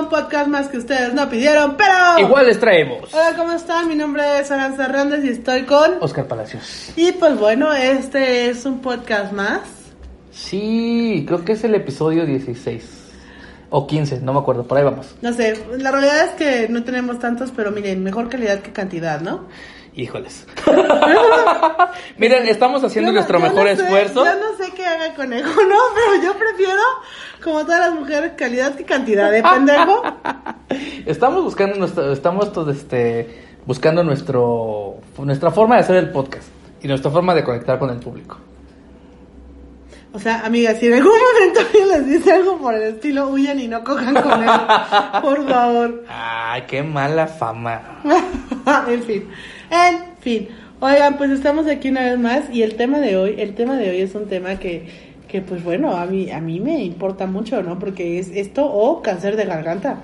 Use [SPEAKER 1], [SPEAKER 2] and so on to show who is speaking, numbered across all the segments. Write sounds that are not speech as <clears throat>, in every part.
[SPEAKER 1] un podcast más que ustedes no pidieron, pero...
[SPEAKER 2] Igual les traemos.
[SPEAKER 1] Hola, ¿cómo están? Mi nombre es Aranza Hernández y estoy con...
[SPEAKER 2] Oscar Palacios.
[SPEAKER 1] Y pues bueno, este es un podcast más.
[SPEAKER 2] Sí, creo que es el episodio 16 o 15, no me acuerdo, por ahí vamos.
[SPEAKER 1] No sé, la realidad es que no tenemos tantos, pero miren, mejor calidad que cantidad, ¿no?
[SPEAKER 2] Híjoles. <laughs> Miren, estamos haciendo
[SPEAKER 1] Yo no-
[SPEAKER 2] nuestro
[SPEAKER 1] yo no
[SPEAKER 2] mejor
[SPEAKER 1] sé-
[SPEAKER 2] esfuerzo.
[SPEAKER 1] Yo no sé qué haga el conejo, <laughs> ¿no? Pero yo prefiero, como todas las mujeres, calidad que cantidad, ¿eh,
[SPEAKER 2] <laughs>
[SPEAKER 1] pendejo?
[SPEAKER 2] Estamos buscando nuestro, estamos to- este, buscando nuestro, nuestra forma de hacer el podcast y nuestra forma de conectar con el público.
[SPEAKER 1] O sea, amigas, si en algún momento alguien les dice algo por el estilo, huyan y no cojan con él.
[SPEAKER 2] <laughs>
[SPEAKER 1] Por favor.
[SPEAKER 2] Ay, qué mala fama.
[SPEAKER 1] <laughs> en fin. En fin. Oigan, pues estamos aquí una vez más y el tema de hoy, el tema de hoy es un tema que, que pues bueno, a mí, a mí me importa mucho, ¿no? Porque es esto o cáncer de garganta.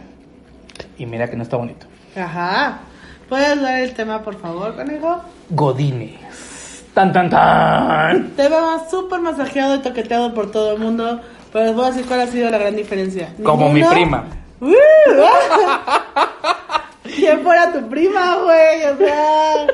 [SPEAKER 2] Y mira que no está bonito.
[SPEAKER 1] Ajá. ¿Puedes dar el tema, por favor, conejo?
[SPEAKER 2] Godines. Tan tan tan.
[SPEAKER 1] Tema súper masajeado y toqueteado por todo el mundo, pero les voy a decir cuál ha sido la gran diferencia.
[SPEAKER 2] Como mi
[SPEAKER 1] Ninguno-
[SPEAKER 2] prima.
[SPEAKER 1] ¡Uh! <laughs> ¿Quién fuera tu prima, güey? O sea.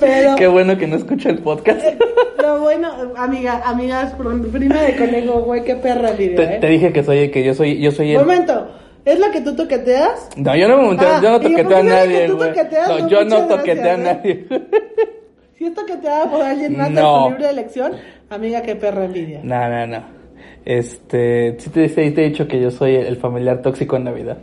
[SPEAKER 1] Pero
[SPEAKER 2] Qué bueno que no escucha el podcast.
[SPEAKER 1] <laughs> lo bueno, amiga, amigas, perdón, prima de conejo, güey, qué perra el video,
[SPEAKER 2] Te, te
[SPEAKER 1] eh.
[SPEAKER 2] dije que soy que yo soy yo soy el
[SPEAKER 1] Momento, ¿es la que tú toqueteas?
[SPEAKER 2] No, yo no me monté,
[SPEAKER 1] Ah,
[SPEAKER 2] yo no
[SPEAKER 1] y yo
[SPEAKER 2] toqueteo a
[SPEAKER 1] pensé que
[SPEAKER 2] nadie,
[SPEAKER 1] tú
[SPEAKER 2] güey.
[SPEAKER 1] toqueteas,
[SPEAKER 2] No,
[SPEAKER 1] no,
[SPEAKER 2] yo no
[SPEAKER 1] muchas
[SPEAKER 2] toqueteo a
[SPEAKER 1] gracias, ¿eh?
[SPEAKER 2] nadie. <laughs>
[SPEAKER 1] Si es toqueteada por alguien más de
[SPEAKER 2] No.
[SPEAKER 1] su libre elección, amiga, qué perra envidia.
[SPEAKER 2] No, no, no. Este, sí te, sí te he dicho que yo soy el familiar tóxico en Navidad.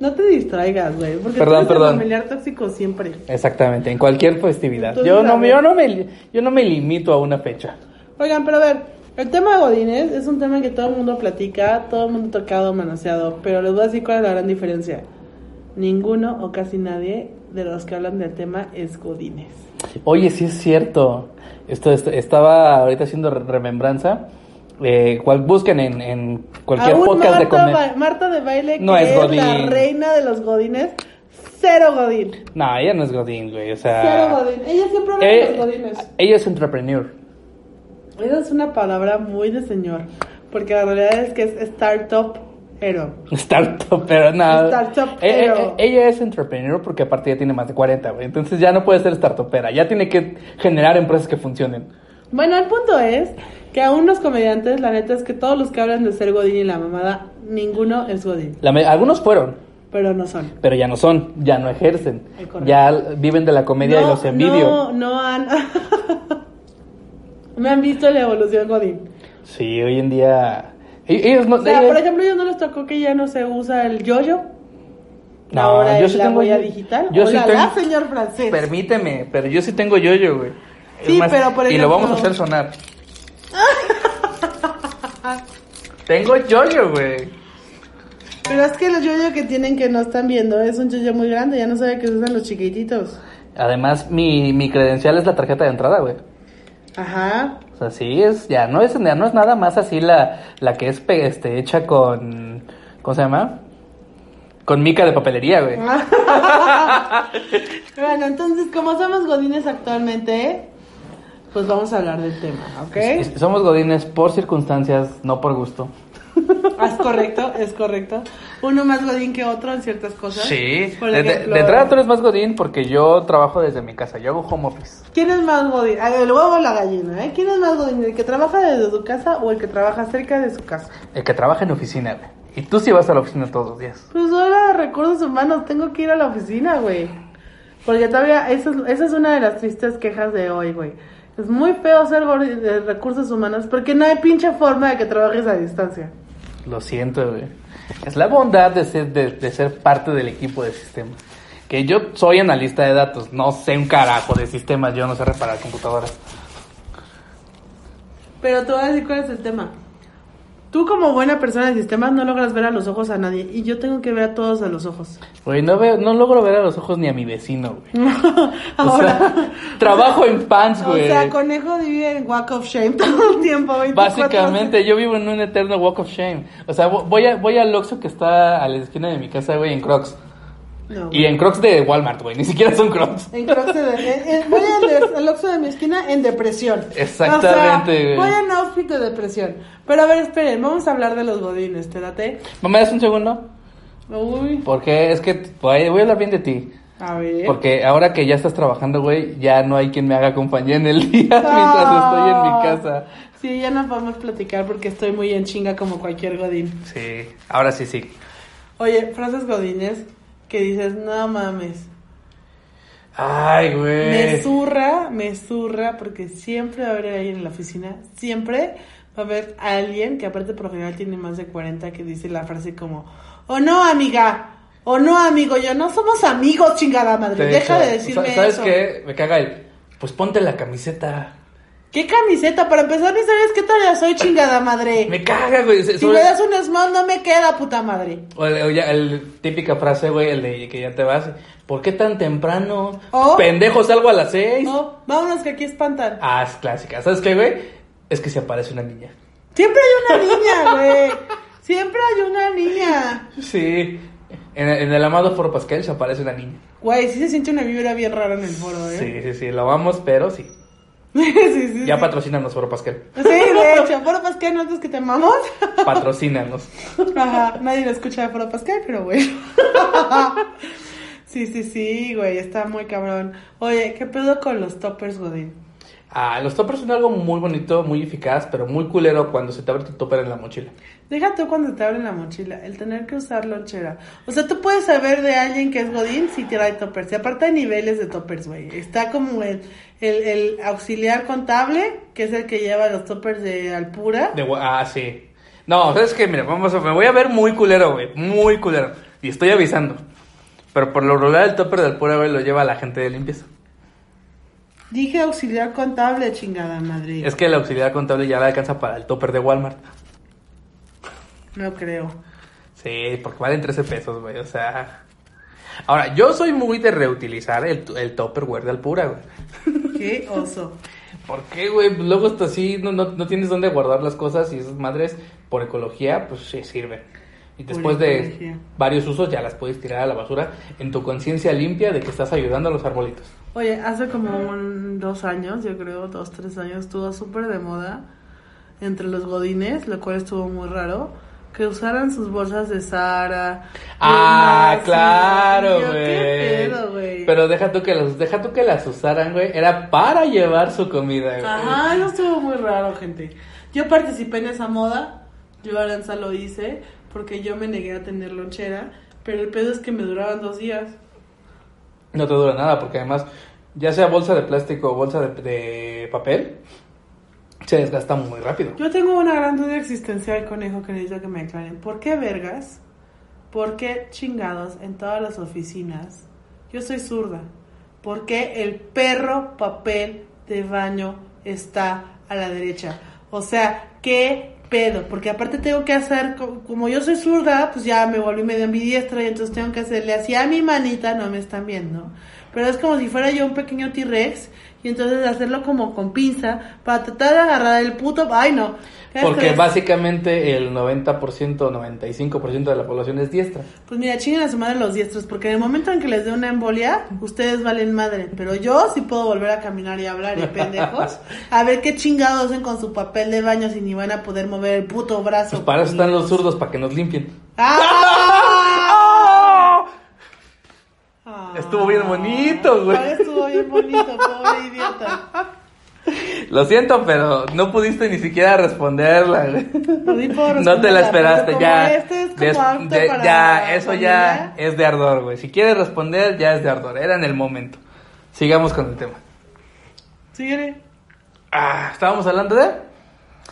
[SPEAKER 1] No te distraigas, güey, porque
[SPEAKER 2] Perdón,
[SPEAKER 1] tú eres el
[SPEAKER 2] perdón.
[SPEAKER 1] familiar tóxico siempre.
[SPEAKER 2] Exactamente, en cualquier festividad.
[SPEAKER 1] Entonces,
[SPEAKER 2] Yo
[SPEAKER 1] a
[SPEAKER 2] no, me-
[SPEAKER 1] ver.
[SPEAKER 2] yo no me yo no me limito a una fecha.
[SPEAKER 1] Oigan, pero a ver, el tema de Godines es un tema que todo el mundo platica, todo el mundo ha tocado, manoseado, pero les voy a decir cuál es la gran diferencia. Ninguno o casi nadie de los que hablan del tema es Godines.
[SPEAKER 2] Oye, sí es cierto. Esto, esto- estaba ahorita haciendo re- remembranza. Eh, cual- busquen en, en cualquier
[SPEAKER 1] Aún
[SPEAKER 2] podcast de
[SPEAKER 1] Marta,
[SPEAKER 2] comedia.
[SPEAKER 1] Ba- Marta de Baile,
[SPEAKER 2] No
[SPEAKER 1] que
[SPEAKER 2] es
[SPEAKER 1] es, la
[SPEAKER 2] Godín.
[SPEAKER 1] reina de los Godines, cero Godín.
[SPEAKER 2] No, ella no es Godín, güey. O
[SPEAKER 1] Cero
[SPEAKER 2] sea,
[SPEAKER 1] Godín. Ella siempre habla de
[SPEAKER 2] Ah. eh,
[SPEAKER 1] los Godines.
[SPEAKER 2] ella es entrepreneur.
[SPEAKER 1] Esa es una palabra muy de señor, porque la realidad es que es startup hero.
[SPEAKER 2] Startup, pero nada.
[SPEAKER 1] Startupero.
[SPEAKER 2] eh, ella es entrepreneur porque aparte ya tiene más de 40, güey. Entonces ya no puede ser startupera. Ya tiene que generar empresas que funcionen.
[SPEAKER 1] Bueno, el punto es que aún los comediantes, la neta es que todos los que hablan de ser Godín y la mamada, ninguno es Godín,
[SPEAKER 2] La me- algunos fueron,
[SPEAKER 1] pero no son.
[SPEAKER 2] pero ya no son, ya no ejercen.
[SPEAKER 1] Es correcto.
[SPEAKER 2] Ya viven de la comedia
[SPEAKER 1] no,
[SPEAKER 2] y los envidio.
[SPEAKER 1] No, no han. <laughs> Me han visto la evolución Godín.
[SPEAKER 2] Sí, hoy en día. e- Ellos no.
[SPEAKER 1] O sea,
[SPEAKER 2] ellos-
[SPEAKER 1] por ejemplo, ellos no les tocó que ya no se usa el yoyo.
[SPEAKER 2] No,
[SPEAKER 1] ahora
[SPEAKER 2] yo
[SPEAKER 1] es
[SPEAKER 2] sí
[SPEAKER 1] la
[SPEAKER 2] tengo
[SPEAKER 1] huella
[SPEAKER 2] yo-
[SPEAKER 1] digital.
[SPEAKER 2] yo sí
[SPEAKER 1] Hola, la
[SPEAKER 2] tengo-
[SPEAKER 1] señor francés.
[SPEAKER 2] Permíteme, pero yo sí tengo yoyo, güey. Es
[SPEAKER 1] Sí, pero por
[SPEAKER 2] Y lo
[SPEAKER 1] ejemplo-
[SPEAKER 2] vamos a
[SPEAKER 1] <laughs>
[SPEAKER 2] hacer sonar. tengo yoyo, güey.
[SPEAKER 1] Pero es que los yoyo que tienen que no están viendo es un yoyo muy grande, ya no sabe que se usan los chiquititos.
[SPEAKER 2] Además, mi, mi credencial es la tarjeta de entrada, güey.
[SPEAKER 1] Ajá.
[SPEAKER 2] O sea, sí es, ya no es, ya no es nada más así la, la que es pe- este, hecha con, ¿cómo se llama? Con mica de papelería, güey.
[SPEAKER 1] Ah, <laughs> Bueno, entonces, como somos godines actualmente, pues vamos a hablar del tema,
[SPEAKER 2] Es-
[SPEAKER 1] ¿ok?
[SPEAKER 2] es- Somos godines por circunstancias, no por gusto.
[SPEAKER 1] Ah, es correcto, es correcto. Uno más godín que otro en ciertas cosas.
[SPEAKER 2] Sí,
[SPEAKER 1] Por
[SPEAKER 2] de, de-
[SPEAKER 1] ejemplo,
[SPEAKER 2] de entrada tú eres más godín porque yo trabajo desde mi casa, yo hago home office.
[SPEAKER 1] ¿Quién es más godín? Ah, El huevo o la gallina, ¿eh? ¿Quién es más godín? ¿El que trabaja desde su casa o el que trabaja cerca de su casa?
[SPEAKER 2] El que trabaja en oficina, güey. Y tú sí vas a la oficina todos los días.
[SPEAKER 1] Pues ahora recursos humanos, tengo que ir a la oficina, güey. Porque todavía, esa es, esa es una de las tristes quejas de hoy, güey. Es muy feo ser gordi- de recursos humanos porque no hay pinche forma de que trabajes a distancia.
[SPEAKER 2] Lo siento, güey. Es la bondad de ser, de, de ser parte del equipo de sistemas. Que yo soy analista de datos, no sé un carajo de sistemas, yo no sé reparar computadoras.
[SPEAKER 1] Pero te voy a decir cuál es el tema. Tú como buena persona de sistemas no logras ver a los ojos a nadie y yo tengo que ver a todos a los ojos. <laughs>
[SPEAKER 2] Güey, no, veo, no logro ver a los ojos ni a mi vecino, güey. O
[SPEAKER 1] Ahora,
[SPEAKER 2] sea, trabajo en pants,
[SPEAKER 1] <laughs> o
[SPEAKER 2] güey.
[SPEAKER 1] sea, conejo vive en Walk of Shame <laughs> todo el tiempo. 24
[SPEAKER 2] Básicamente, yo vivo en un eterno walk of shame. O sea, vo- voy, a, voy al Oxxo que está a la esquina de mi casa, güey, en Crocs.
[SPEAKER 1] No,
[SPEAKER 2] Y en Crocs de Walmart, güey. Ni siquiera son Crocs.
[SPEAKER 3] En Crocs de- eh, eh, voy al, de- al Oxxo de mi esquina en depresión.
[SPEAKER 2] Exactamente,
[SPEAKER 1] O sea,
[SPEAKER 2] güey.
[SPEAKER 1] voy en outfit de depresión. Pero a ver, esperen, vamos a hablar de los godines, espérate.
[SPEAKER 2] Mamá, das un segundo.
[SPEAKER 1] Uy,
[SPEAKER 2] Porque es que güey, voy a hablar bien de ti.
[SPEAKER 1] a ver.
[SPEAKER 2] Porque ahora que ya estás trabajando, güey, ya no hay quien me haga compañía en el <laughs> día
[SPEAKER 1] Ah.
[SPEAKER 2] <laughs> mientras estoy en mi casa.
[SPEAKER 1] Sí, ya no podemos platicar porque estoy muy en chinga como cualquier godín.
[SPEAKER 2] Sí, ahora sí, sí.
[SPEAKER 1] Oye, frases godines que dices, no mames.
[SPEAKER 2] Ay, güey.
[SPEAKER 1] Me zurra, me zurra, porque siempre va a haber alguien en la oficina, siempre va a haber alguien que aparte por lo general tiene más de 40 que dice la frase como, o no amiga, o no amigo, yo no somos amigos, chingada madre,
[SPEAKER 2] De
[SPEAKER 1] deja
[SPEAKER 2] hecho,
[SPEAKER 1] de decirme
[SPEAKER 2] sa- ¿Sabes
[SPEAKER 1] eso.
[SPEAKER 2] qué? Me caga el. Pues ponte la camiseta.
[SPEAKER 1] ¿Qué camiseta? Para empezar, ni sabes qué tarea soy, chingada madre.
[SPEAKER 2] Me caga, güey. Se-
[SPEAKER 1] Si
[SPEAKER 2] sobre-
[SPEAKER 1] me das un small no me queda, puta madre.
[SPEAKER 2] O el, o ya- el- típica frase, güey, el de que ya te vas. ¿Por qué tan temprano?
[SPEAKER 1] O-
[SPEAKER 2] Pendejo, salgo a las seis.
[SPEAKER 1] No, vámonos que aquí espantan.
[SPEAKER 2] Ah, es clásica. ¿Sabes qué, güey? Es que se aparece una niña.
[SPEAKER 1] Siempre hay una niña,
[SPEAKER 2] <laughs>
[SPEAKER 1] güey. Siempre hay una niña.
[SPEAKER 2] Sí. En, en el amado Foro Pascal se aparece una niña.
[SPEAKER 1] Güey, sí se siente una vibra bien rara en el foro, ¿eh?
[SPEAKER 2] Sí, sí, sí. Lo vamos, pero sí.
[SPEAKER 1] Sí, <laughs> sí, sí.
[SPEAKER 2] Ya patrocínanos, Foro Pascal.
[SPEAKER 1] Sí, de hecho, Foro Pascal, nosotros que te amamos.
[SPEAKER 2] <laughs> Patrocínanos.
[SPEAKER 1] Ajá, nadie lo escucha de Foro Pascal, pero bueno. Sí, sí, sí, güey, está muy cabrón. Oye, ¿qué pedo con los toppers, Godín?
[SPEAKER 2] Ah, los toppers son algo muy bonito, muy eficaz, pero muy culero cuando se te abre tu topper en la mochila.
[SPEAKER 1] Deja tú cuando te abren la mochila, el tener que usar lonchera. O sea, tú puedes saber de alguien que es Godín si trae toppers. Y aparte hay niveles de toppers, güey. Está como el, el, el auxiliar contable, que es el que lleva los toppers de Alpura.
[SPEAKER 2] De gua- ah, sí. No, ¿sabes qué? Mira, vamos a, me voy a ver muy culero, güey. Muy culero. Y estoy avisando. Pero por lo regular el topper del pura, güey, lo lleva la gente de limpieza.
[SPEAKER 1] Dije auxiliar contable, chingada madre.
[SPEAKER 2] Es que la auxiliar contable ya la alcanza para el topper de Walmart.
[SPEAKER 1] No creo.
[SPEAKER 2] Sí, porque valen 13 pesos, güey. O sea... Ahora, yo soy muy de reutilizar el, el topperware del pura, güey.
[SPEAKER 1] Qué oso.
[SPEAKER 2] ¿Por qué, güey? Pues Luego hasta así no, no, no tienes dónde guardar las cosas y esas madres por ecología, pues sí sirven. Y
[SPEAKER 1] Por
[SPEAKER 2] después de
[SPEAKER 1] ecología.
[SPEAKER 2] varios usos ya las puedes tirar a la basura en tu conciencia limpia de que estás ayudando a los arbolitos.
[SPEAKER 1] Oye, hace como un- dos años, yo creo, dos, tres años, estuvo súper de moda entre los godines, lo cual estuvo muy raro, que usaran sus bolsas de Sara.
[SPEAKER 2] Ah, claro,
[SPEAKER 1] ¿Qué pedo, güey?
[SPEAKER 2] güey. Pero deja tú que las, deja tú que las usaran, güey. Era para llevar su comida, güey.
[SPEAKER 1] Ajá, eso estuvo muy raro, gente. Yo participé en esa moda, yo Aranza lo hice, porque yo me negué a tener lonchera, pero el pedo es que me duraban dos días.
[SPEAKER 2] No te dura nada, porque además, ya sea bolsa de plástico o bolsa de, de papel, se desgasta muy rápido.
[SPEAKER 1] Yo tengo una gran duda existencial, conejo, que necesito que me aclaren. ¿Por qué vergas? ¿Por qué chingados en todas las oficinas? Yo soy zurda. ¿Por qué el perro papel de baño está a la derecha? O sea, ¿qué pedo? Porque aparte tengo que hacer, co- como yo soy zurda, pues ya me volví medio ambidiestra y entonces tengo que hacerle así a mi manita, no me están viendo. Pero es como si fuera yo un pequeño T-Rex y entonces hacerlo como con pinza para tratar de agarrar el puto... Ay, no. ¿Qué
[SPEAKER 2] Porque
[SPEAKER 1] estrés?
[SPEAKER 2] básicamente el 90% o 95% de la población es diestra.
[SPEAKER 1] Pues mira, chinguen a su madre los diestros, porque en el momento en que les dé una embolia, ustedes valen madre. Pero yo sí puedo volver a caminar y hablar, y
[SPEAKER 2] <laughs>
[SPEAKER 1] pendejos. A ver qué chingados hacen con su papel de baño si ni van a poder mover el puto brazo.
[SPEAKER 2] Pues para eso están los
[SPEAKER 1] culeros.
[SPEAKER 2] zurdos, para que nos limpien. <laughs>
[SPEAKER 1] ¡Ah! Ah.
[SPEAKER 2] Estuvo bien bonito, güey.
[SPEAKER 1] Ahora Estuvo bien bonito, pobre idiota.
[SPEAKER 2] Lo siento, pero no pudiste ni siquiera responderla. güey.
[SPEAKER 1] Lo di por
[SPEAKER 2] No te
[SPEAKER 1] responder,
[SPEAKER 2] la esperaste,
[SPEAKER 1] pero como
[SPEAKER 2] ya.
[SPEAKER 1] este es como
[SPEAKER 2] Des-
[SPEAKER 1] apto
[SPEAKER 2] de-
[SPEAKER 1] para
[SPEAKER 2] ya,
[SPEAKER 1] la
[SPEAKER 2] eso ya
[SPEAKER 1] familia.
[SPEAKER 2] es de ardor, güey. Si quieres responder, ya es de ardor. Era en el momento. Sigamos con el tema.
[SPEAKER 1] Síguele.
[SPEAKER 2] Ah, estábamos hablando de.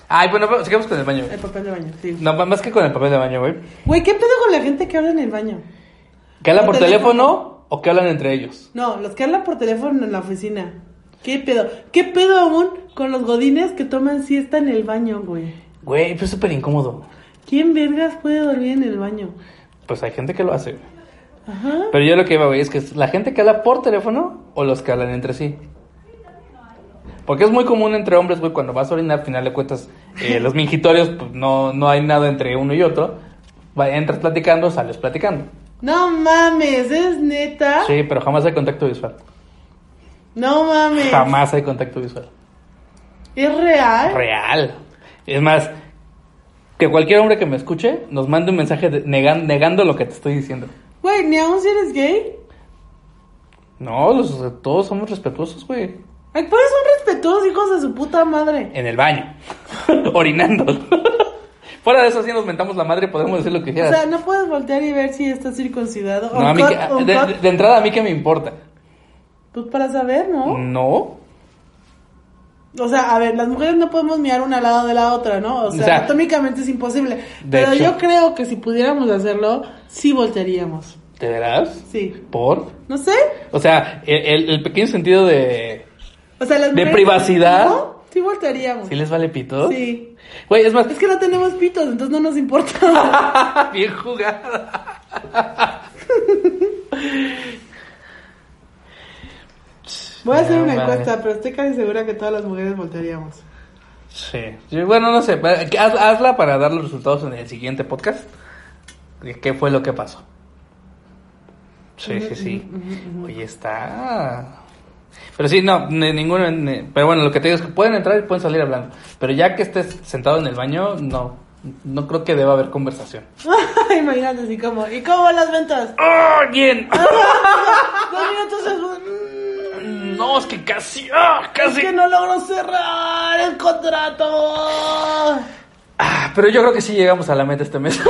[SPEAKER 2] Ay, bueno, pero sigamos con el baño. güey.
[SPEAKER 1] El papel de baño, sí.
[SPEAKER 2] No, más que con el papel de baño, güey.
[SPEAKER 1] Güey, ¿qué pedo con la gente que habla en el baño?
[SPEAKER 2] ¿Que hablan
[SPEAKER 1] Por
[SPEAKER 2] por teléfono o que hablan entre ellos?
[SPEAKER 1] No, los que hablan por teléfono en la oficina. ¿Qué pedo? ¿Qué pedo aún con los godines que toman siesta en el baño, güey?
[SPEAKER 2] Güey, pero es súper incómodo.
[SPEAKER 1] ¿Quién vergas puede dormir en el baño?
[SPEAKER 2] Pues hay gente que lo hace. güey.
[SPEAKER 1] Ajá.
[SPEAKER 2] Pero yo lo que iba, güey, es que es la gente que habla por teléfono o los que hablan entre sí. Porque es muy común entre hombres, güey, cuando vas a orinar, al final de cuentas, eh, los mingitorios, pues no, no hay nada entre uno y otro. Va- Entras platicando, sales platicando.
[SPEAKER 1] No mames, es neta.
[SPEAKER 2] Sí, pero jamás hay contacto visual.
[SPEAKER 1] No mames.
[SPEAKER 2] Jamás hay contacto visual.
[SPEAKER 1] ¿Es real?
[SPEAKER 2] Real. Es más, que cualquier hombre que me escuche nos mande un mensaje de- negan- negando lo que te estoy diciendo.
[SPEAKER 1] Güey, ni aún si eres gay.
[SPEAKER 2] No, los- todos somos respetuosos, güey.
[SPEAKER 1] Ay, pero son respetuosos, hijos de su puta madre.
[SPEAKER 2] En el baño, <laughs> orinando. Fuera de eso, si nos mentamos la madre, podemos decir lo que
[SPEAKER 1] O
[SPEAKER 2] quieras.
[SPEAKER 1] sea, no puedes voltear y ver si está circuncidado.
[SPEAKER 2] Eh, no, a mí
[SPEAKER 1] Uncut,
[SPEAKER 2] que- de- de,
[SPEAKER 1] uncut.
[SPEAKER 2] de entrada, a mí que me importa.
[SPEAKER 1] Pues para saber, ¿no?
[SPEAKER 2] No.
[SPEAKER 1] O sea, a ver, las mujeres no podemos mirar una al lado de la otra, ¿no? O sea,
[SPEAKER 2] O sea,
[SPEAKER 1] anatómicamente es imposible.
[SPEAKER 2] de
[SPEAKER 1] Pero
[SPEAKER 2] hecho.
[SPEAKER 1] yo creo que si pudiéramos hacerlo, sí voltearíamos.
[SPEAKER 2] ¿Te verás?
[SPEAKER 1] Sí.
[SPEAKER 2] ¿Por?
[SPEAKER 1] No sé.
[SPEAKER 2] O sea, el, el- el pequeño sentido de...
[SPEAKER 1] O sea, las
[SPEAKER 2] ¿De
[SPEAKER 1] mujeres-
[SPEAKER 2] privacidad?
[SPEAKER 1] ¿No? Sí voltearíamos.
[SPEAKER 2] ¿Sí les vale pito?
[SPEAKER 1] Sí.
[SPEAKER 2] Güey, es más...
[SPEAKER 1] Es que no tenemos pitos, entonces no nos
[SPEAKER 2] <laughs> Ah,
[SPEAKER 1] importa.
[SPEAKER 2] Bien jugada.
[SPEAKER 1] Voy a hacer
[SPEAKER 2] No
[SPEAKER 1] una
[SPEAKER 2] mames.
[SPEAKER 1] encuesta, pero estoy casi segura que todas las mujeres voltearíamos. <laughs>
[SPEAKER 2] Sí. Sí, Bueno, no sé. pa- que haz- hazla para dar los resultados en el siguiente podcast. De ¿Qué fue lo que pasó? Sí, sí, sí. Oye, está... Pero sí, no, ni- ninguno... ni- Pero bueno, lo que te digo es que pueden entrar y pueden salir hablando. Pero ya que estés sentado en el baño, no. No creo que deba haber conversación.
[SPEAKER 1] Imagínate así como, ¿y cómo van las ventas?
[SPEAKER 2] ¡Oh, bien!
[SPEAKER 1] Dos minutos después, mm,
[SPEAKER 2] No, es que casi... ¡Ah,
[SPEAKER 1] es
[SPEAKER 2] casi!
[SPEAKER 1] que no logro cerrar el contrato.
[SPEAKER 2] Ah, pero yo creo que sí llegamos a la meta este mes.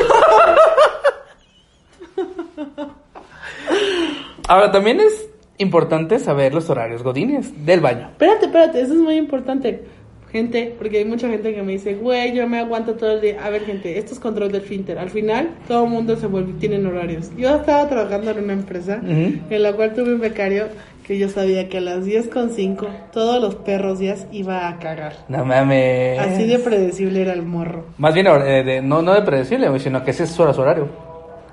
[SPEAKER 2] <laughs> Ahora, también es importante saber los horarios godines del baño.
[SPEAKER 1] Espérate, espérate, eso es muy importante. Gente, porque hay mucha gente que me dice, güey, yo me aguanto todo el día. A ver, gente, esto es control del finter. Al final, todo el mundo se vuelve, tienen horarios. Yo estaba trabajando en una empresa
[SPEAKER 2] Ujú.
[SPEAKER 1] en la cual tuve un becario que yo sabía que a las 10.5 todos los perros días iba a cagar.
[SPEAKER 2] No mames.
[SPEAKER 1] Así de predecible era el morro.
[SPEAKER 2] Más bien, eh, de- no, no de predecible, güey, sino que ese es su su horario.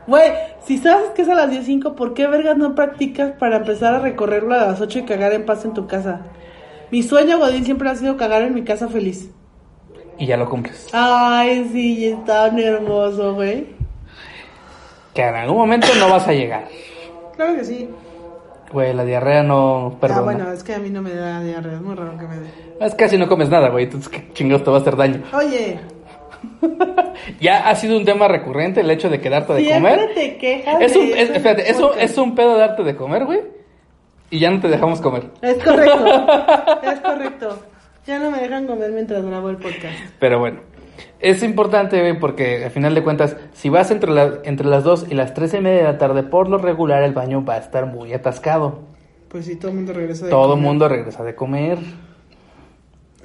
[SPEAKER 1] Güey, si sabes que es a las 10.05, ¿por qué vergas no practicas para empezar a recorrerlo a las 8 y cagar en paz en tu casa? Mi sueño, Godín, siempre ha sido cagar en mi casa feliz.
[SPEAKER 2] Y ya lo cumples.
[SPEAKER 1] Ay, sí, es tan hermoso, güey.
[SPEAKER 2] Que en algún momento no vas a llegar.
[SPEAKER 1] Claro que sí.
[SPEAKER 2] Güey, la diarrea no perdona.
[SPEAKER 1] Ah, bueno, es que a mí no me da diarrea, es muy raro que me dé.
[SPEAKER 2] Es casi no comes nada, güey. Entonces, ¿qué chingados te va a hacer daño?
[SPEAKER 1] Oye,
[SPEAKER 2] Ya ha sido un tema recurrente el hecho de quedarte de
[SPEAKER 1] siempre
[SPEAKER 2] comer.
[SPEAKER 1] te quejas.
[SPEAKER 2] Es
[SPEAKER 1] de
[SPEAKER 2] un, es-
[SPEAKER 1] eso en
[SPEAKER 2] espérate,
[SPEAKER 1] el
[SPEAKER 2] es, un,
[SPEAKER 1] podcast.
[SPEAKER 2] es un pedo darte de comer, güey. Y ya no te dejamos comer.
[SPEAKER 1] Es correcto,
[SPEAKER 2] <laughs>
[SPEAKER 1] es correcto. Ya no me dejan comer mientras grabo el podcast.
[SPEAKER 2] Pero bueno, es importante, güey, porque al final de cuentas, si vas entre, la- entre las 2 y las 3 y media de la tarde, por lo regular el baño va a estar muy atascado.
[SPEAKER 1] Pues sí, todo el mundo regresa de
[SPEAKER 2] Todo el
[SPEAKER 1] comer.
[SPEAKER 2] mundo regresa de comer.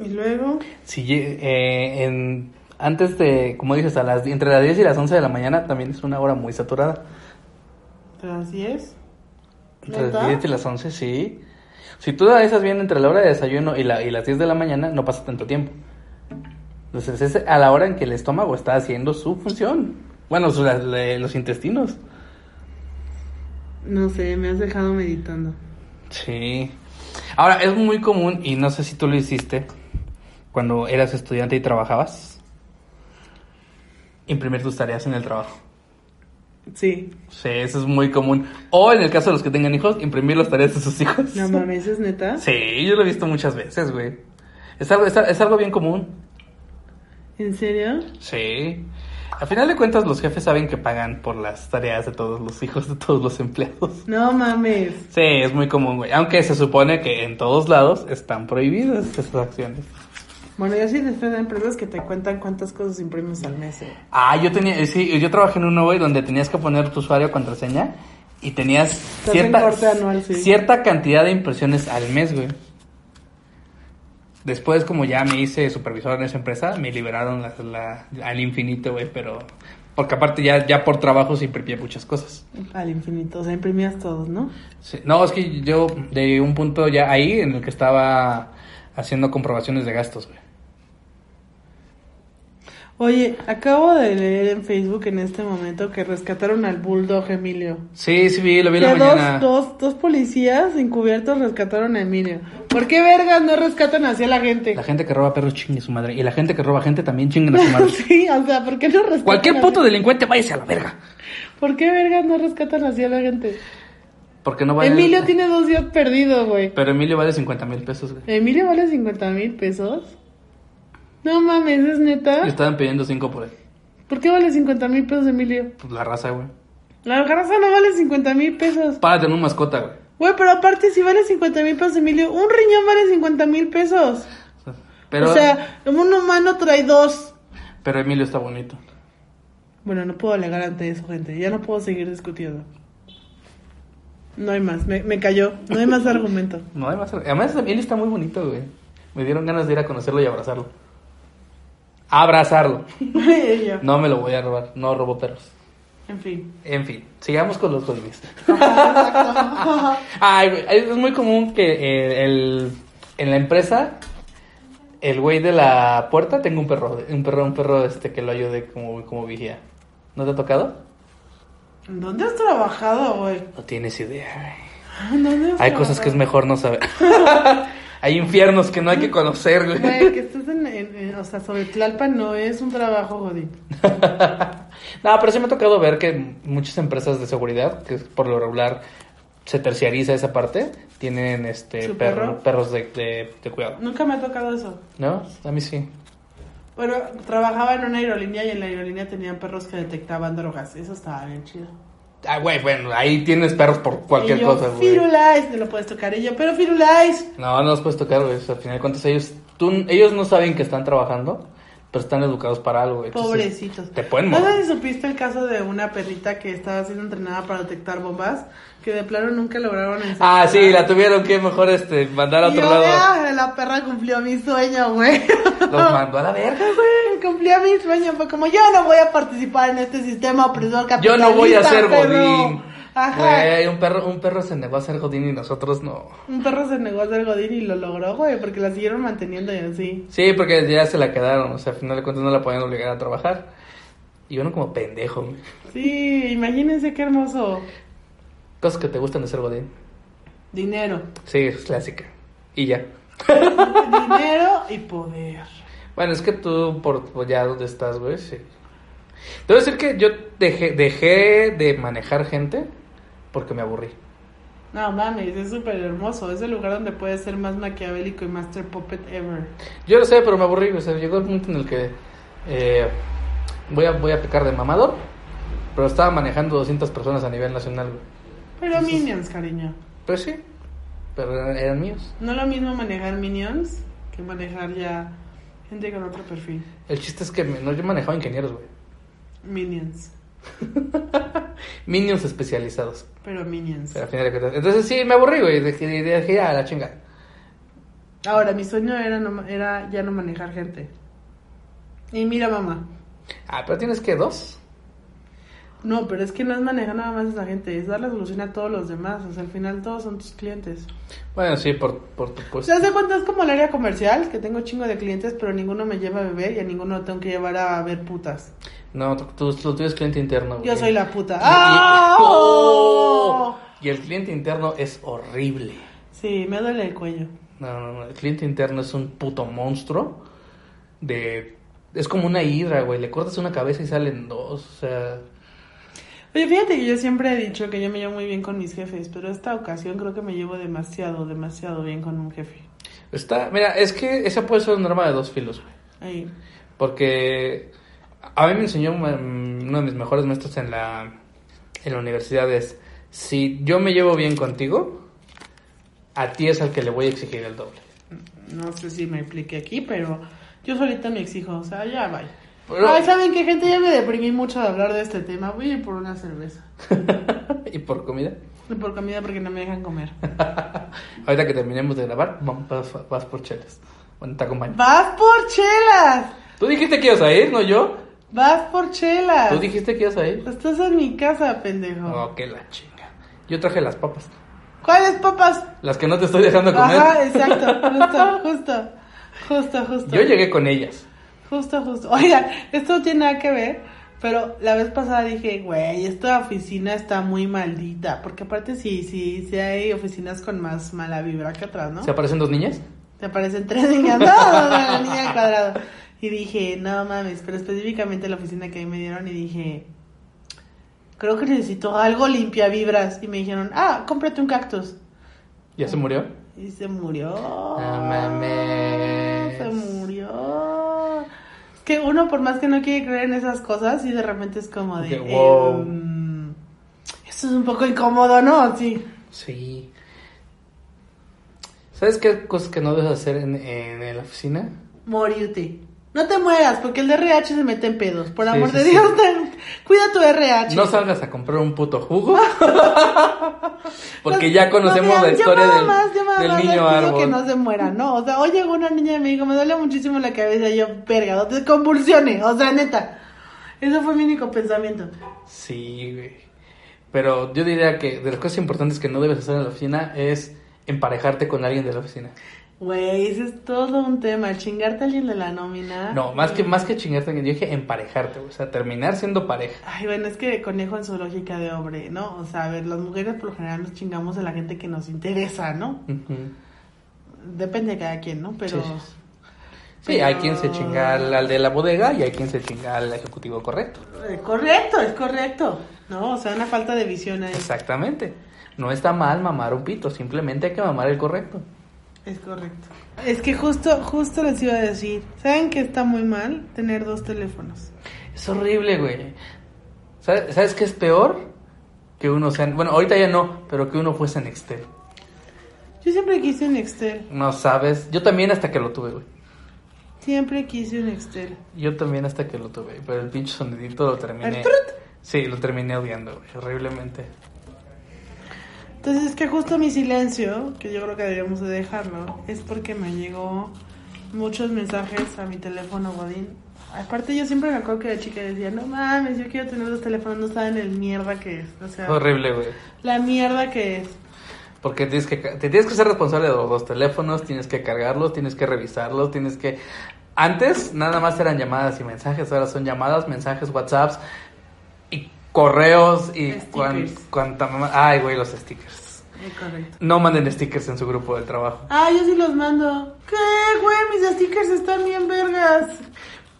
[SPEAKER 1] Y luego,
[SPEAKER 2] Si, lle- eh, en- antes de, como dices, a las, entre las 10 y las 11 de la mañana también es una hora muy saturada.
[SPEAKER 1] tras 10.
[SPEAKER 2] Entre
[SPEAKER 1] ¿Neta?
[SPEAKER 2] las 10 y las 11, sí. Si tú analizas bien entre la hora de desayuno y, la, y las 10 de la mañana, no pasa tanto tiempo. Entonces es a la hora en que el estómago está haciendo su función. Bueno, su- la- la- los intestinos.
[SPEAKER 1] No sé, me has dejado meditando.
[SPEAKER 2] Sí. Ahora, es muy común, y no sé si tú lo hiciste, cuando eras estudiante y trabajabas, imprimir tus tareas en el trabajo.
[SPEAKER 1] Sí,
[SPEAKER 2] Sí, eso es muy común. O en el caso de los que tengan hijos, imprimir las tareas de sus hijos.
[SPEAKER 1] no mames, es neta.
[SPEAKER 2] Sí, yo lo he visto muchas veces, güey. Es algo, es, a- es algo bien común.
[SPEAKER 1] ¿En serio?
[SPEAKER 2] Sí. Al final de cuentas, los jefes saben que pagan por las tareas de todos los hijos de todos los empleados.
[SPEAKER 1] No mames.
[SPEAKER 2] Sí, es muy común, güey. Aunque se supone que en todos lados están prohibidas esas acciones.
[SPEAKER 1] Bueno, yo sí después de empresas que te cuentan cuántas cosas imprimes al mes. eh.
[SPEAKER 2] Ah, yo tenía, eh, sí, yo trabajé en uno, güey, donde tenías que poner tu usuario, contraseña y tenías
[SPEAKER 1] Te hacen
[SPEAKER 2] cierta,
[SPEAKER 1] corte anual, sí.
[SPEAKER 2] cierta cantidad de impresiones al mes, güey. Después, como ya me hice supervisor en esa empresa, me liberaron las- la- al infinito, güey, pero... Porque aparte ya, ya por trabajo se imprimía muchas cosas.
[SPEAKER 1] Al infinito, o sea, imprimías todos, ¿no?
[SPEAKER 2] Sí, No, es que yo de un punto ya ahí en el que estaba haciendo comprobaciones de gastos, güey.
[SPEAKER 1] Oye, acabo de leer en Facebook en este momento que rescataron al bulldog Emilio.
[SPEAKER 2] Sí, sí, vi, lo vi en la
[SPEAKER 1] Que
[SPEAKER 2] mañana.
[SPEAKER 1] dos, dos, dos policías encubiertos rescataron a Emilio. ¿Por qué vergas no rescatan así a la gente?
[SPEAKER 2] La gente que roba perros chingue su madre. Y la gente que roba gente también chingue a su
[SPEAKER 1] <laughs>
[SPEAKER 2] madre.
[SPEAKER 1] sí, o sea, ¿por qué no rescatan
[SPEAKER 2] Cualquier
[SPEAKER 1] así?
[SPEAKER 2] puto delincuente, váyase a la verga.
[SPEAKER 1] ¿Por qué vergas no rescatan así a la gente?
[SPEAKER 2] Porque no vale.
[SPEAKER 1] Emilio tiene dos días perdidos, güey.
[SPEAKER 2] Pero Emilio vale 50 mil pesos, güey.
[SPEAKER 1] ¿Emilio vale 50 mil pesos? No mames, es neta.
[SPEAKER 2] Le estaban pidiendo 5 por él.
[SPEAKER 1] ¿Por qué vale 50 mil pesos, Emilio?
[SPEAKER 2] Pues la raza, güey.
[SPEAKER 1] La garza no vale 50 mil pesos.
[SPEAKER 2] Para tener un mascota, güey.
[SPEAKER 1] Güey, pero aparte, si vale 50 mil pesos, Emilio, un riñón vale 50 mil pesos.
[SPEAKER 2] Pero,
[SPEAKER 1] O sea, un humano trae dos.
[SPEAKER 2] pero Emilio está bonito.
[SPEAKER 1] Bueno, no puedo alegar ante eso, gente. Ya no puedo seguir discutiendo. No hay más, me, me cayó. No hay más <laughs> argumento.
[SPEAKER 2] No hay más. Además, él está muy bonito, güey. Me dieron ganas de ir a conocerlo y abrazarlo. Abrazarlo.
[SPEAKER 1] Ella.
[SPEAKER 2] No me lo voy a robar. No robo perros.
[SPEAKER 1] En fin.
[SPEAKER 2] En fin, sigamos con los hobbies. Ay, güey, es muy común que eh, el- en la empresa el güey de la puerta tenga un perro, un perro, un perro este que lo ayude como, como vigía. ¿No te ha tocado?
[SPEAKER 1] ¿Dónde has trabajado, güey?
[SPEAKER 2] No tienes idea. güey.
[SPEAKER 1] ¿Dónde has
[SPEAKER 2] Hay cosas que es
[SPEAKER 1] trabajado?
[SPEAKER 2] mejor
[SPEAKER 1] <laughs>
[SPEAKER 2] no saber. hay infiernos que no hay que conocer, güey.
[SPEAKER 1] Güey, que estás en, en- en- O sea, sobre Tlalpan no es un trabajo, Godín.
[SPEAKER 2] No, pero sí me ha tocado ver que muchas empresas de seguridad, que por lo regular se terciariza esa parte, tienen este
[SPEAKER 1] ¿Su
[SPEAKER 2] perro-
[SPEAKER 1] perro?
[SPEAKER 2] perros de, de- de cuidado.
[SPEAKER 1] Nunca me ha tocado eso.
[SPEAKER 2] ¿No? A mí sí.
[SPEAKER 1] Bueno, trabajaba en una aerolínea y en la aerolínea tenían perros que detectaban drogas. Eso estaba bien chido.
[SPEAKER 2] Ah, güey, bueno, ahí tienes perros por cualquier
[SPEAKER 1] y yo,
[SPEAKER 2] cosa, güey.
[SPEAKER 1] Firulais, no lo puedes tocar. Y yo, pero Firulais.
[SPEAKER 2] No, no los puedes tocar, güey. O sea, al final de cuentas, ellos, tú, ellos no saben que están trabajando, pero están educados para algo, güey. Entonces,
[SPEAKER 1] Pobrecitos.
[SPEAKER 2] Te pueden
[SPEAKER 1] ¿No sé
[SPEAKER 2] morir.
[SPEAKER 1] si supiste el caso de una perrita que estaba siendo entrenada para detectar bombas? Que de plano nunca lograron
[SPEAKER 2] Ah, sí, la tuvieron que mejor este, mandar a
[SPEAKER 1] Y
[SPEAKER 2] otro
[SPEAKER 1] yo,
[SPEAKER 2] lado.
[SPEAKER 1] "Ah, la perra cumplió mi sueño, güey.
[SPEAKER 2] Los mandó a <laughs> la verga, güey.
[SPEAKER 1] Güey, Cumplía mi sueño, fue como yo no voy a participar en este sistema opresor
[SPEAKER 2] Yo
[SPEAKER 1] capitalista.
[SPEAKER 2] no voy a ser
[SPEAKER 1] perro".
[SPEAKER 2] Godín.
[SPEAKER 1] Ajá.
[SPEAKER 2] Güey, un perro, un perro se negó a ser Godín y nosotros no.
[SPEAKER 1] Un perro se negó a ser Godín y lo logró, güey, porque la siguieron manteniendo y así.
[SPEAKER 2] Sí, porque ya se la quedaron. O sea, al final de cuentas no la podían obligar a trabajar. Y uno como pendejo, güey.
[SPEAKER 1] Sí, imagínense qué hermoso.
[SPEAKER 2] Cosas que te gustan de ser Godín.
[SPEAKER 1] Dinero.
[SPEAKER 2] Sí, es clásica. Y ya.
[SPEAKER 1] Dinero y poder.
[SPEAKER 2] Bueno, es que tú por por ya donde estás, güey, sí. Debo decir que yo dejé, dejé de manejar gente porque me aburrí.
[SPEAKER 1] No mames, es súper hermoso. Es el lugar donde puedes ser más maquiavélico y master puppet ever.
[SPEAKER 2] Yo lo sé, pero me aburrí. O sea, llegó el punto en el que eh, voy, a, voy a pecar de mamador, pero estaba manejando 200 personas a nivel nacional, güey.
[SPEAKER 1] Pero Minions, cariño.
[SPEAKER 2] Pues sí, pero eran, eran míos.
[SPEAKER 1] No lo mismo manejar Minions que manejar ya gente con otro perfil.
[SPEAKER 2] El chiste es que me- no, yo manejaba ingenieros, güey.
[SPEAKER 1] Minions.
[SPEAKER 2] Minions especializados.
[SPEAKER 1] Pero Minions.
[SPEAKER 2] Pero al final de cuentas- Entonces sí, me aburrí, güey. Dejé, dije, ya, la chingada.
[SPEAKER 1] Ahora, mi sueño era, no, ma- era ya no manejar gente. Y mira, mamá.
[SPEAKER 2] Ah, pero tienes que dos.
[SPEAKER 1] No, pero es que no es manejar nada más a esa gente, es dar la solución a todos los demás. O sea, al final todos son tus clientes.
[SPEAKER 2] Bueno, sí, por, por tu
[SPEAKER 1] O
[SPEAKER 2] puesto.
[SPEAKER 1] sea, ¿se cuenta? Es como el área comercial, que tengo chingo de clientes, pero ninguno me lleva a beber y a ninguno tengo que llevar a ver putas.
[SPEAKER 2] No, tú, tú, tú tienes cliente interno. güey.
[SPEAKER 1] Yo soy la puta.
[SPEAKER 2] Y- y-
[SPEAKER 1] ¡Ah!
[SPEAKER 2] ¡Oh! Y el cliente interno es horrible.
[SPEAKER 1] Sí, me duele el cuello.
[SPEAKER 2] No, no, no. El cliente interno es un puto monstruo. De. Es como una hidra, güey. Le cortas una cabeza y salen dos. O sea.
[SPEAKER 1] Oye, fíjate que yo siempre he dicho que yo me llevo muy bien con mis jefes, pero esta ocasión creo que me llevo demasiado, demasiado bien con un jefe.
[SPEAKER 2] Está. Mira, es que esa puede ser un arma de dos filos, güey.
[SPEAKER 1] Ahí.
[SPEAKER 2] Porque a mí me enseñó mm, uno de mis mejores maestros en la, en la universidad es, si yo me llevo bien contigo, a ti es al que le voy a exigir el doble.
[SPEAKER 1] No sé si me expliqué aquí, pero yo solita me exijo, o sea, ya vaya.
[SPEAKER 2] Pero-
[SPEAKER 1] Ay, ¿saben qué, gente? Ya me deprimí mucho de hablar de este tema. Voy a ir por una cerveza.
[SPEAKER 2] ¿Y por comida?
[SPEAKER 1] Y por comida porque no me dejan comer.
[SPEAKER 2] Ahorita que terminemos de grabar, vam- vas, vas por chelas. Bueno, te acompaño.
[SPEAKER 1] ¡Vas por chelas!
[SPEAKER 2] Tú dijiste que ibas a ir, ¿no yo?
[SPEAKER 1] ¡Vas por chelas!
[SPEAKER 2] Tú dijiste que ibas a ir.
[SPEAKER 1] Estás en mi casa, pendejo.
[SPEAKER 2] No, que la chinga. Yo traje las papas.
[SPEAKER 1] ¿Cuáles papas?
[SPEAKER 2] Las que no te estoy dejando comer.
[SPEAKER 1] Ajá, exacto. Justo, justo. Justo, justo.
[SPEAKER 2] Yo llegué con ellas.
[SPEAKER 1] Justo, justo. Oigan, esto no tiene nada que ver, pero la vez pasada dije, güey, esta oficina está muy maldita. Porque aparte sí, sí, sí hay oficinas con más mala vibra que atrás, ¿no?
[SPEAKER 2] ¿Se aparecen dos niñas?
[SPEAKER 1] Te aparecen tres niñas, no, <laughs> no, no, la niña al cuadrado. Y dije, no mames, pero específicamente la oficina que a mí me dieron y dije, creo que necesito algo limpia vibras. Y me dijeron, ah, cómprate un cactus.
[SPEAKER 2] ¿Ya se murió?
[SPEAKER 1] Y se murió.
[SPEAKER 2] No mames.
[SPEAKER 1] Oh, Se murió. Es que uno, por más que no quiere creer en esas cosas, y de repente es como de.
[SPEAKER 2] Que, wow.
[SPEAKER 1] em, esto es un poco incómodo, ¿no? Sí.
[SPEAKER 2] Sí. ¿Sabes qué cosas que no debes hacer en, en la oficina?
[SPEAKER 1] Morirte. No te mueras, porque el RH se mete en pedos. Por
[SPEAKER 2] Sí,
[SPEAKER 1] amor
[SPEAKER 2] sí,
[SPEAKER 1] de
[SPEAKER 2] sí.
[SPEAKER 1] Dios, te- cuida tu RH.
[SPEAKER 2] No salgas a comprar un puto jugo.
[SPEAKER 1] <laughs>
[SPEAKER 2] Porque ya
[SPEAKER 1] No,
[SPEAKER 2] conocemos
[SPEAKER 1] no,
[SPEAKER 2] la
[SPEAKER 1] mira,
[SPEAKER 2] historia
[SPEAKER 1] yo nada
[SPEAKER 2] del,
[SPEAKER 1] más, yo nada
[SPEAKER 2] del
[SPEAKER 1] más les
[SPEAKER 2] niño
[SPEAKER 1] pido
[SPEAKER 2] árbol.
[SPEAKER 1] que no se muera, no. O sea, hoy llegó una niña y me dijo, me duele muchísimo la cabeza. Y yo, verga, no te convulsiones. O sea, neta. Eso fue mi único pensamiento.
[SPEAKER 2] Sí, güey. Pero yo diría que de las cosas importantes que no debes hacer en la oficina es emparejarte con alguien de la oficina.
[SPEAKER 1] Güey, ese es todo un tema. Chingarte a alguien de la nómina.
[SPEAKER 2] No, más que, más que chingarte, yo dije emparejarte, güey. o sea, terminar siendo pareja.
[SPEAKER 1] Ay, bueno, es que conejo en su lógica de hombre, ¿no? O sea, a ver, las mujeres por lo general nos chingamos a la gente que nos interesa, ¿no?
[SPEAKER 2] Ujú.
[SPEAKER 1] Depende de cada quien, ¿no? Pero.
[SPEAKER 2] Sí, sí, sí. Sí, hay quien se chinga al, al de la bodega y hay quien se chinga al ejecutivo correcto.
[SPEAKER 1] Eh, Correcto, es correcto. ¿No? O sea, una falta de visión ahí.
[SPEAKER 2] Exactamente. No está mal mamar un pito, simplemente hay que mamar el correcto.
[SPEAKER 1] Es correcto. Es que justo, justo les iba a decir, ¿saben que está muy mal tener dos teléfonos?
[SPEAKER 2] Es horrible, güey. ¿Sabes, ¿Sabes qué es peor? Que uno sea... Bueno, ahorita ya no, pero que uno fuese Nextel.
[SPEAKER 1] Yo siempre quise un Excel,
[SPEAKER 2] No sabes. Yo también hasta que lo tuve, güey.
[SPEAKER 1] siempre quise un Excel.
[SPEAKER 2] Yo también hasta que lo tuve, pero el pinche sonidito lo terminé.
[SPEAKER 1] El trut.
[SPEAKER 2] Sí, lo terminé odiando, güey, horriblemente.
[SPEAKER 1] Entonces es que justo mi silencio, que yo creo que deberíamos de dejarlo, es porque me llegó muchos mensajes a mi teléfono Godín. Aparte yo siempre me acuerdo que la chica decía, no mames, yo quiero tener dos teléfonos, no saben el mierda que es. O sea,
[SPEAKER 2] Horrible, güey.
[SPEAKER 1] la mierda que es.
[SPEAKER 2] Porque tienes que, ca- te tienes que ser responsable de los, los teléfonos, tienes que cargarlos, tienes que revisarlos, tienes que... Antes nada más eran llamadas y mensajes, ahora son llamadas, mensajes, WhatsApps y correos y cuan,
[SPEAKER 1] Stickers.
[SPEAKER 2] cuanta mamá- Ay, güey, los stickers.
[SPEAKER 1] Eh, correcto.
[SPEAKER 2] No manden stickers en su grupo de trabajo.
[SPEAKER 1] Ah, yo sí los mando. ¿Qué, güey? Mis stickers están bien vergas.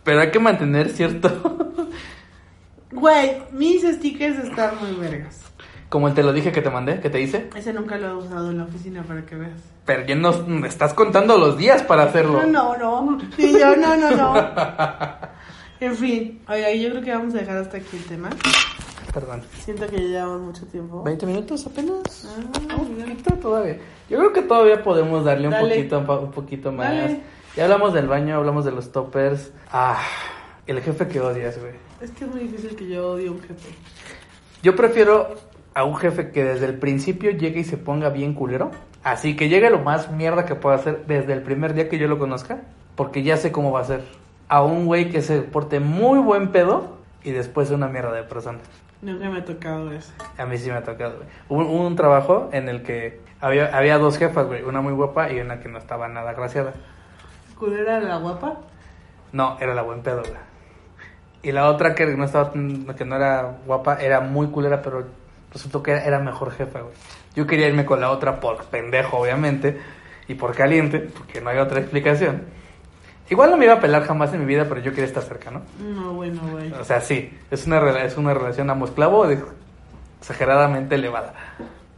[SPEAKER 2] Pero hay que mantener cierto... <laughs>
[SPEAKER 1] Güey, mis stickers están muy vergas.
[SPEAKER 2] Como te lo dije que te mandé, que te hice.
[SPEAKER 1] Ese nunca lo he usado en la oficina para que veas.
[SPEAKER 2] Pero ya nos me estás contando los días para hacerlo.
[SPEAKER 1] No, no, no. Y yo, no, no, <laughs> no. En fin, oiga, yo creo que vamos a dejar hasta aquí el tema.
[SPEAKER 2] Perdón.
[SPEAKER 1] Siento que ya llevamos mucho tiempo.
[SPEAKER 2] 20 minutos apenas.
[SPEAKER 1] Ah,
[SPEAKER 2] Un poquito todavía. Yo creo que todavía podemos darle un
[SPEAKER 1] Dale.
[SPEAKER 2] poquito un poquito más.
[SPEAKER 1] Dale.
[SPEAKER 2] Ya hablamos del baño, hablamos de los toppers. Ah, el jefe que odias, güey.
[SPEAKER 1] es que es muy difícil que yo odie a un jefe.
[SPEAKER 2] Yo prefiero a un jefe que desde el principio llegue y se ponga bien culero. Así que llegue lo más mierda que pueda hacer desde el primer día que yo lo conozca. Porque ya sé cómo va a ser. A un güey que se porte muy buen pedo y después una mierda de persona.
[SPEAKER 1] Nunca me ha tocado eso.
[SPEAKER 2] A mí sí me ha tocado, güey. Hubo un, un trabajo en el que había, había dos jefas, güey. Una muy guapa y una que no estaba nada graciada.
[SPEAKER 1] ¿Culera la guapa?
[SPEAKER 2] No, era la buen pedo, güey. Y la otra que no estaba, tan- que no era guapa, era muy culera, pero resultó que era, era mejor jefa, güey. Yo quería irme con la otra por pendejo, obviamente, y por caliente, porque no hay otra explicación. Igual no me iba a pelar jamás en mi vida, pero yo quería estar cerca, ¿no?
[SPEAKER 1] No, bueno, güey.
[SPEAKER 2] O sea, sí, es una, rela- es una relación amo-esclavo de- exageradamente elevada.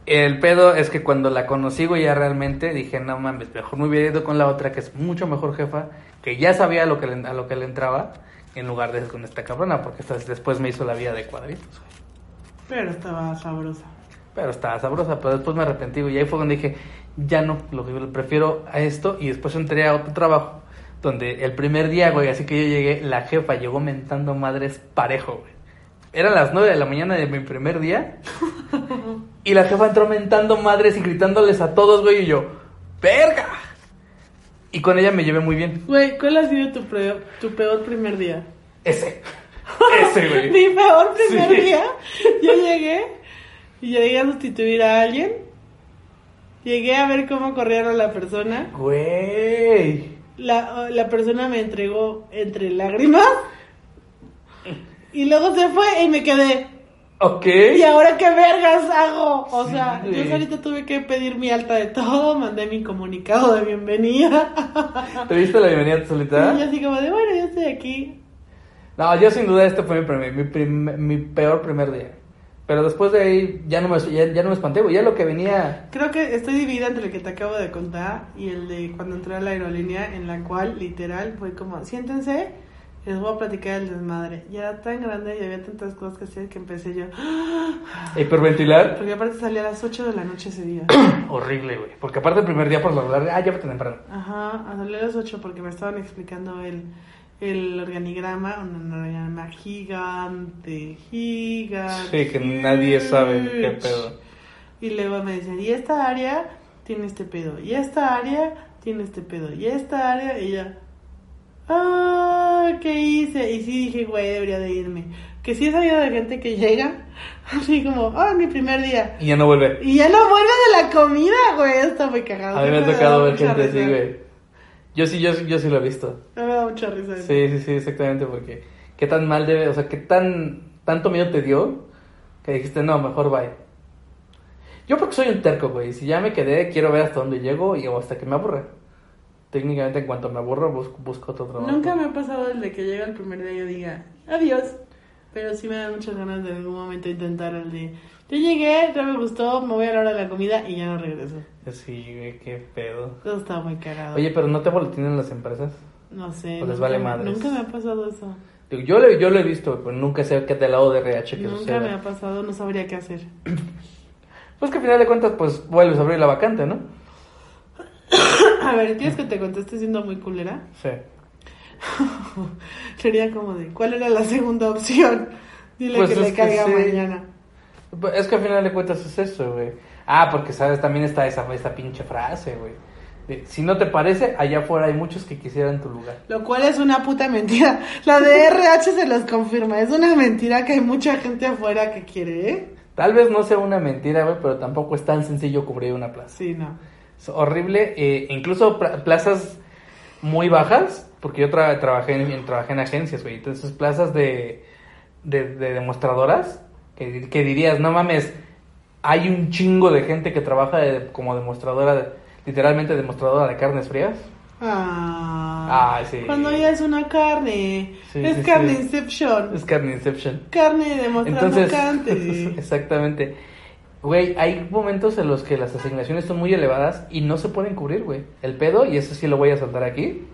[SPEAKER 2] El pedo es que cuando la conocí, güey, ya realmente dije, no mames, mejor me hubiera ido con la otra, que es mucho mejor jefa, que ya sabía a lo que le, a lo que le entraba, en lugar de con esta cabrona, porque esta después me hizo la vida de cuadritos, güey.
[SPEAKER 1] Pero estaba sabrosa.
[SPEAKER 2] Pero estaba sabrosa, pero después me arrepentí, güey, y ahí fue cuando dije, ya no, lo que prefiero a esto, y después entré a otro trabajo, donde el primer día, güey, así que yo llegué, la jefa llegó mentando madres parejo, güey. Eran las 9 de la mañana de mi primer día. y la jefa entró mentando madres y gritándoles a todos, güey. Y yo, ¡verga! Y con ella me llevé muy bien.
[SPEAKER 1] Güey, ¿cuál ha sido tu, pre- tu peor primer día?
[SPEAKER 2] Ese.
[SPEAKER 1] <laughs>
[SPEAKER 2] Ese, güey.
[SPEAKER 1] Mi peor primer
[SPEAKER 2] Sí.
[SPEAKER 1] día, yo llegué y llegué a sustituir a alguien. Llegué a ver cómo corrieron a la persona.
[SPEAKER 2] Güey.
[SPEAKER 1] la, la persona me entregó entre lágrimas y luego se fue y me quedé.
[SPEAKER 2] Ok.
[SPEAKER 1] ¿Y ahora qué vergas hago? O
[SPEAKER 2] Sí,
[SPEAKER 1] sea,
[SPEAKER 2] güey.
[SPEAKER 1] yo ahorita tuve que pedir mi alta de todo, mandé mi comunicado de bienvenida.
[SPEAKER 2] ¿Te diste la bienvenida a tu
[SPEAKER 1] <laughs>
[SPEAKER 2] soledad?
[SPEAKER 1] Y yo así como de, bueno, yo estoy aquí.
[SPEAKER 2] No, yo sin duda este fue mi, primer- mi, prim- mi peor primer día. Pero después de ahí ya no me, ya, ya no me espanté, güey. Ya lo que venía.
[SPEAKER 1] Creo que estoy dividida entre el que te acabo de contar y el de cuando entré a la aerolínea, en la cual literal fue como, siéntense, les voy a platicar el desmadre. Ya era tan grande y había tantas cosas que hacer que empecé yo.
[SPEAKER 2] Hiperventilar.
[SPEAKER 1] Porque aparte salí a las 8 de la noche ese
[SPEAKER 2] <clears throat>
[SPEAKER 1] día.
[SPEAKER 2] Horrible, güey. Porque aparte el primer día por lo regular, ah, llévate temprano.
[SPEAKER 1] Ajá, ah, salí a las 8 porque me estaban explicando el, el organigrama, un organigrama gigante, gigante.
[SPEAKER 2] Sí, que nadie sabe qué pedo.
[SPEAKER 1] Y luego me decían, y esta área tiene este pedo, y esta área tiene este pedo, y esta área, y ya. Ah, ¿qué hice? Y sí dije, güey, debería de irme. Que sí he sabido de gente que llega, <laughs> así como, ah, mi primer día.
[SPEAKER 2] Y ya no vuelve.
[SPEAKER 1] Y ya no vuelve de la comida, güey. Está muy cagado.
[SPEAKER 2] A mí me ha
[SPEAKER 1] Siempre
[SPEAKER 2] tocado
[SPEAKER 1] da
[SPEAKER 2] ver
[SPEAKER 1] mucha
[SPEAKER 2] gente así,
[SPEAKER 1] risa.
[SPEAKER 2] güey. Yo sí, yo, sí- yo sí lo he visto.
[SPEAKER 1] Me da mucha risa. eso.
[SPEAKER 2] Sí, sí, sí, exactamente. Porque qué tan mal debe, o sea, qué tan, tanto miedo te dio que dijiste, no, mejor bye. Yo porque soy un terco, güey. Si ya me quedé, quiero ver hasta dónde llego y o hasta que me aburra. Técnicamente, en cuanto me aburro, busco, busco otro trabajo.
[SPEAKER 1] Nunca me ha pasado el de que llega el primer día y yo diga adiós. Pero sí me dan muchas ganas de en algún momento intentar el de yo llegué, no me gustó, me voy a la hora de la comida y ya no regreso.
[SPEAKER 2] Sí, güey, qué pedo.
[SPEAKER 1] Eso está muy cagado.
[SPEAKER 2] Oye, pero ¿no te boletinen las empresas?
[SPEAKER 1] no sé.
[SPEAKER 2] pues les
[SPEAKER 1] nunca-
[SPEAKER 2] vale madres.
[SPEAKER 1] Nunca me ha pasado eso.
[SPEAKER 2] Digo, Yo lo, yo lo he visto, güey, pero nunca sé qué del lado de RH que
[SPEAKER 1] Nunca
[SPEAKER 2] suceda.
[SPEAKER 1] me ha pasado, no sabría qué hacer. <clears throat>
[SPEAKER 2] Pues que al final de cuentas, pues vuelves a abrir la vacante, ¿no?
[SPEAKER 1] a ver, ¿quieres que te conteste siendo muy culera?
[SPEAKER 2] Sí.
[SPEAKER 1] Sería como de, ¿cuál era la segunda opción? Dile
[SPEAKER 2] Pues
[SPEAKER 1] que
[SPEAKER 2] es
[SPEAKER 1] le
[SPEAKER 2] que
[SPEAKER 1] caiga
[SPEAKER 2] sí.
[SPEAKER 1] mañana.
[SPEAKER 2] Pues, Es que al final de cuentas es eso, güey. Ah, porque sabes, también está esa, esta pinche frase, güey. De, Si no te parece, allá afuera hay muchos que quisieran tu lugar.
[SPEAKER 1] Lo cual es una puta mentira. La de RH se los confirma. Es una mentira que hay mucha gente afuera que quiere, ¿eh?
[SPEAKER 2] Tal vez no sea una mentira, güey, pero tampoco es tan sencillo cubrir una plaza.
[SPEAKER 1] Sí, no.
[SPEAKER 2] Es horrible, eh, incluso pra- plazas muy bajas, porque yo tra- trabajé, en, en- trabajé en agencias, güey. Entonces, plazas de, de, de demostradoras, que, que dirías, no mames, hay un chingo de gente que trabaja de- como demostradora, de- literalmente demostradora de carnes frías.
[SPEAKER 1] Ah,
[SPEAKER 2] Ay, sí.
[SPEAKER 1] Cuando ella es una carne.
[SPEAKER 2] Sí,
[SPEAKER 1] es
[SPEAKER 2] sí,
[SPEAKER 1] carne
[SPEAKER 2] sí.
[SPEAKER 1] Inception.
[SPEAKER 2] Es carne Inception.
[SPEAKER 1] Carne demostrando
[SPEAKER 2] Entonces,
[SPEAKER 1] cante.
[SPEAKER 2] <laughs> exactamente. Güey, hay momentos en los que las asignaciones son muy elevadas y no se pueden cubrir, güey. El pedo, y eso sí lo voy a saltar aquí,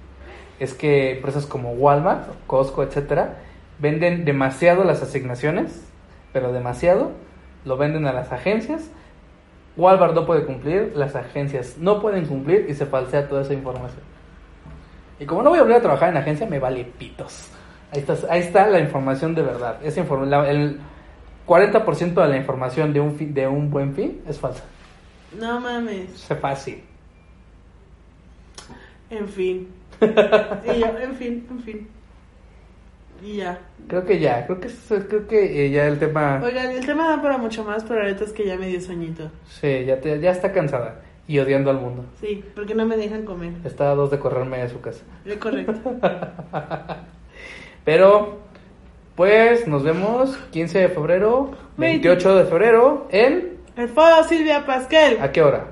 [SPEAKER 2] es que empresas como Walmart, Costco, etcétera, venden demasiado las asignaciones, pero demasiado, lo venden a las agencias. Walmart no puede cumplir, las agencias no pueden cumplir y se falsea toda esa información. Y como no voy a volver a trabajar en agencia, me vale pitos. Ahí está, ahí está la información de verdad. Esa inform- la- el 40% de la información de un, fi- de un buen fin es falsa. <laughs>
[SPEAKER 1] No mames.
[SPEAKER 2] Es fácil.
[SPEAKER 1] En fin. Y yo, en fin, en fin. Y ya.
[SPEAKER 2] Creo que ya, creo que, es- creo que eh, ya el tema...
[SPEAKER 1] Oigan, el tema da para mucho más, pero ahorita es que ya me dio sueñito.
[SPEAKER 2] Sí, ya, te- ya está cansada y odiando al mundo.
[SPEAKER 1] Sí, porque no me dejan comer.
[SPEAKER 2] Está a dos de correrme de su casa.
[SPEAKER 1] Es
[SPEAKER 2] <laughs>
[SPEAKER 1] correcto.
[SPEAKER 2] Pero, pues, nos vemos 15 de febrero, 28 de febrero, en...
[SPEAKER 1] El foro Silvia Pascal.
[SPEAKER 2] ¿A qué hora?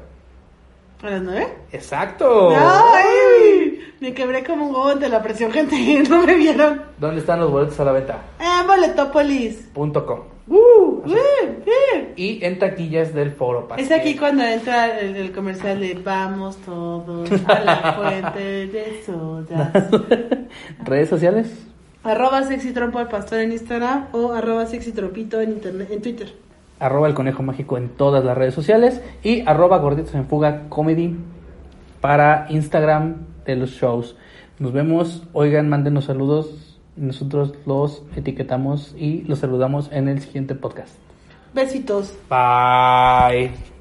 [SPEAKER 1] ¿A las nueve?
[SPEAKER 2] ¡Exacto!
[SPEAKER 1] Ah. ¡Ay! Me quebré como un huevo ante la presión, gente. <laughs> No me vieron.
[SPEAKER 2] ¿Dónde están los boletos a la venta?
[SPEAKER 1] Ah, Boletópolis.
[SPEAKER 2] Punto com.
[SPEAKER 1] ¡Uh! ¡Uh! ¡Uh!
[SPEAKER 2] Y en taquillas del Foro Pastel.
[SPEAKER 1] Es aquí cuando entra el, el comercial de Vamos todos a la fuente de sodas.
[SPEAKER 2] <laughs> ¿Redes sociales?
[SPEAKER 1] arroba sexy trompo al pastor en Instagram o arroba sexy tropito en, internet, en Twitter.
[SPEAKER 2] Arroba el conejo mágico en todas las redes sociales. Y arroba gorditos en fuga comedy para Instagram de los shows. Nos vemos. Oigan, mándenos saludos. Nosotros los etiquetamos y los saludamos en el siguiente podcast.
[SPEAKER 1] Besitos.
[SPEAKER 2] Bye.